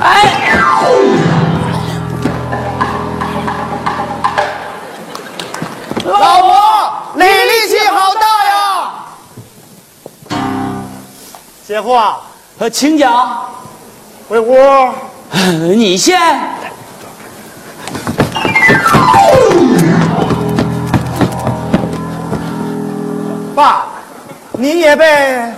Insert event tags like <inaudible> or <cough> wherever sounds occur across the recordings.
哎接话，呃，请讲。回屋。 <laughs> 你先。爸，你也被……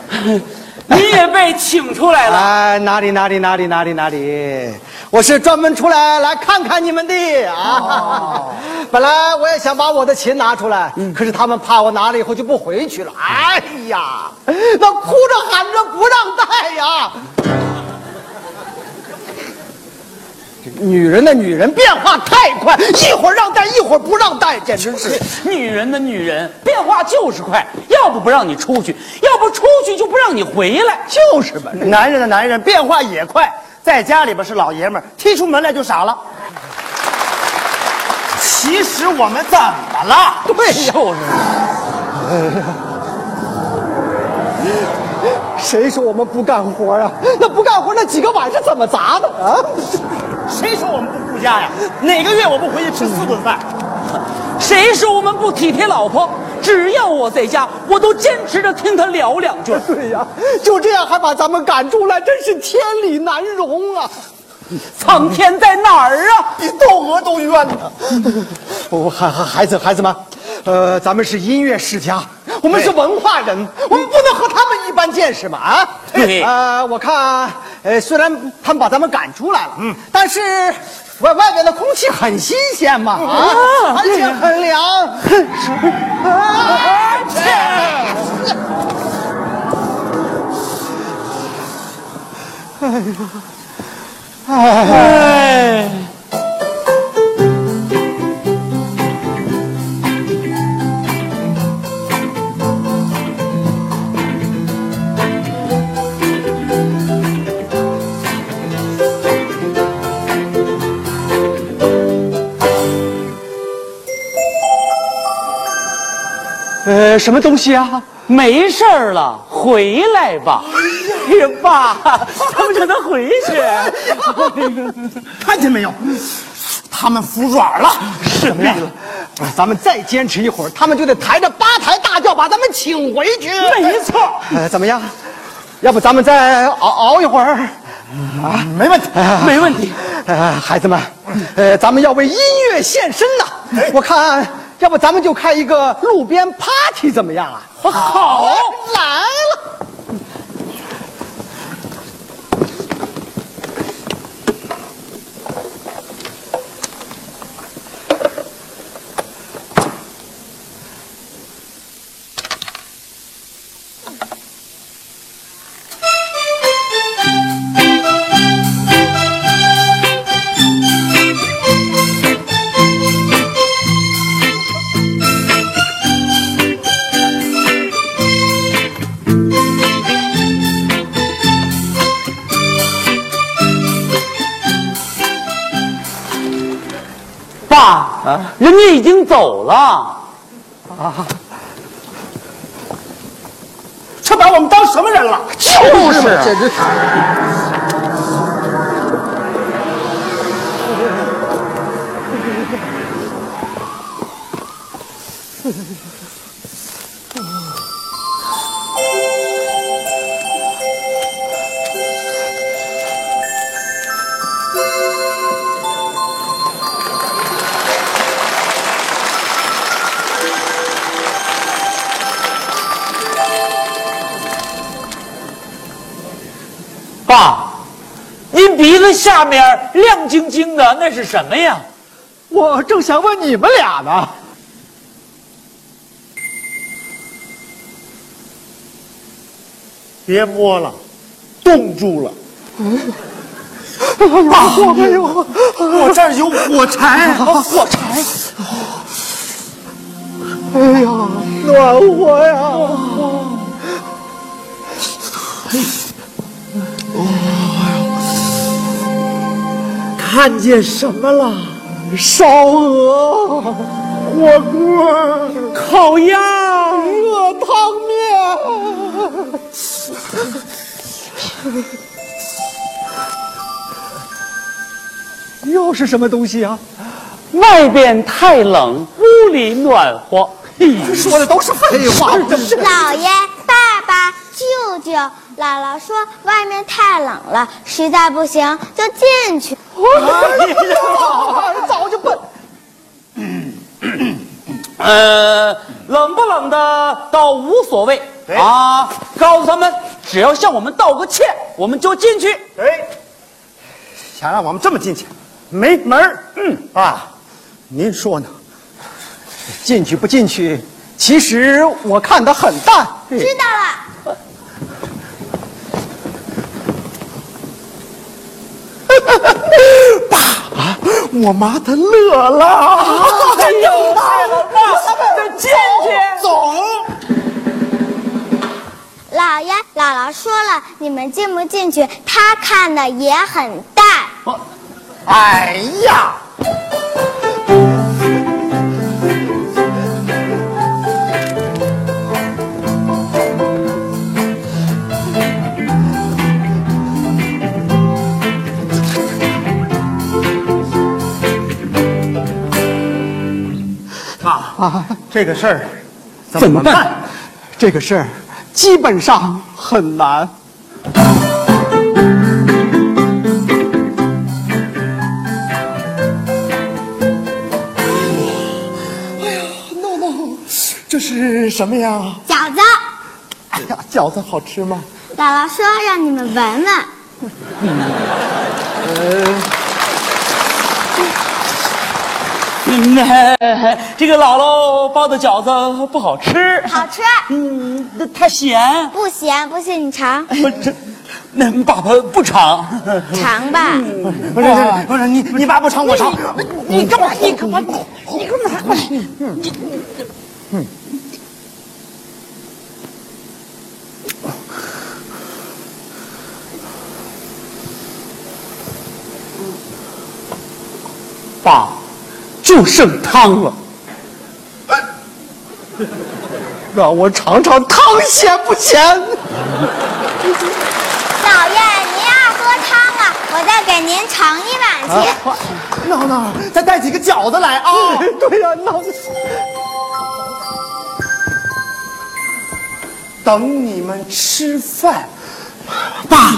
你也被请出来了。哎，哪里哪里哪里哪里哪里，我是专门出来来看看你们的啊。本来我也想把我的琴拿出来，可是他们怕我拿了以后就不回去了。哎呀，那哭着喊着不让带呀。女人的女人变化太快，一会儿让带，一会儿不让带，简直是。 <laughs> 女人的女人变化就是快，要不不让你出去，要不出去就不让你回来。就是嘛，男人的男人变化也快，在家里边是老爷们儿，踢出门来就傻了。其实我们怎么了？对呀，就是，谁说我们不干活啊？那不干活那几个碗是怎么砸的啊？谁说我们不顾家呀？哪个月我不回去吃四顿饭？谁说我们不体贴老婆？只要我在家，我都坚持着听她聊两句。对呀，就这样还把咱们赶出来，真是天理难容啊！苍天在哪儿啊？比窦娥都冤呢。 <laughs> 不，孩孩孩子孩子们，呃，咱们是音乐世家，我们是文化人，我们不能和他们一般见识嘛啊！对呃，我看，呃，虽然他们把咱们赶出来了，嗯，但是外外边的空气很新鲜嘛啊，而且很凉。啊切哎，呃，什么东西啊？没事儿了，回来吧。哎呀，爸，他们让他回去。看见没有？他们服软了，是么样？哎咱们再坚持一会儿，他们就得抬着八抬大轿把咱们请回去。没错，呃，怎么样？要不咱们再熬熬一会儿？啊，没问题。没问题。呃，孩子们，呃，咱们要为音乐献身呐。我看，要不咱们就开一个路边 party 怎么样啊？好，来了。爸，人家已经走了。这把我们当什么人了？就是是哎简直。爸，您鼻子下面亮晶晶的，那是什么呀？我正想问你们俩呢。别摸了，冻住了。爸，我哎我这儿有火柴，火柴。哎呀，暖和呀！哎看见什么了？烧鹅、火锅、烤鸭、热汤面。又是什么东西啊？外边太冷，屋里暖和。嘿说的都是废话。老爷、爸爸、舅舅，姥姥说外面太冷了，实在不行就进去。哎啊早就笨。呃，冷不冷的倒无所谓对啊，告诉他们，只要向我们道个歉，我们就进去。 <laughs> 哎，想让我们这么进去，没门儿。嗯啊，您说呢？进去不进去？其实我看得很淡。知道了。我妈她乐了。哎呦，太好了，得进去。走。姥爷、姥姥说了，你们进不进去，他看的也很淡。哎呀！啊，这个事儿怎么办？这个事儿基本上很难。哎诺诺，这是什么呀？饺子，哎呀，饺子好吃吗？姥姥说让你们闻闻。嗯，呃这个姥姥包的饺子不好吃，好吃嗯，那太咸。不咸，不信你尝不这，那爸爸不尝。尝吧。不是不是，你你爸不成，我成。你干嘛？你干嘛？你干嘛？快！爸，就剩汤了，哎让我尝尝汤咸不咸。姥爷，您要喝汤啊，我再给您盛一碗去。闹闹，再带几个饺子来啊！ <laughs> 对呀、那等你们吃饭。爸。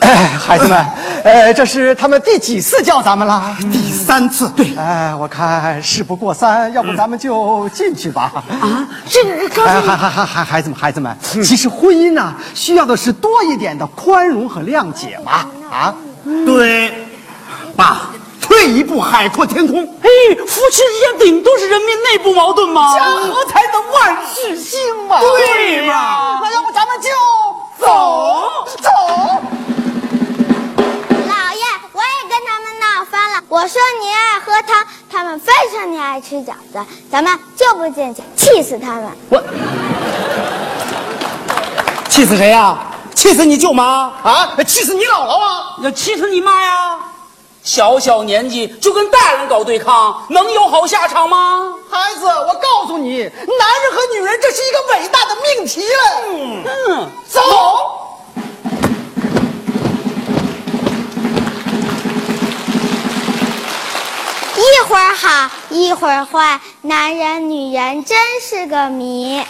哎，孩子们，呃，这是他们第几次叫咱们了？第三次，对，哎，我看事不过三，要不咱们就进去吧。啊，这个刚哎，孩孩孩孩孩子们，孩子们，其实婚姻呢，需要的是多一点的宽容和谅解嘛。啊，对，爸，退一步海阔天空。哎，夫妻之间顶多是人民内部矛盾吗？和才能万事兴嘛。哎对呀那要不咱们就走走。姥爷，我也跟他们闹翻了。我说你爱喝汤，他们非说你爱吃饺子，咱们就不进去，气死他们。气死谁呀、气死你舅妈！啊，气死你姥姥啊！要气死你妈呀！小小年纪就跟大人搞对抗，能有好下场吗？孩子，我告诉你，男人和女人这是一个伟大的命题。嗯，嗯，走。一会儿好，一会儿坏，男人女人真是个谜。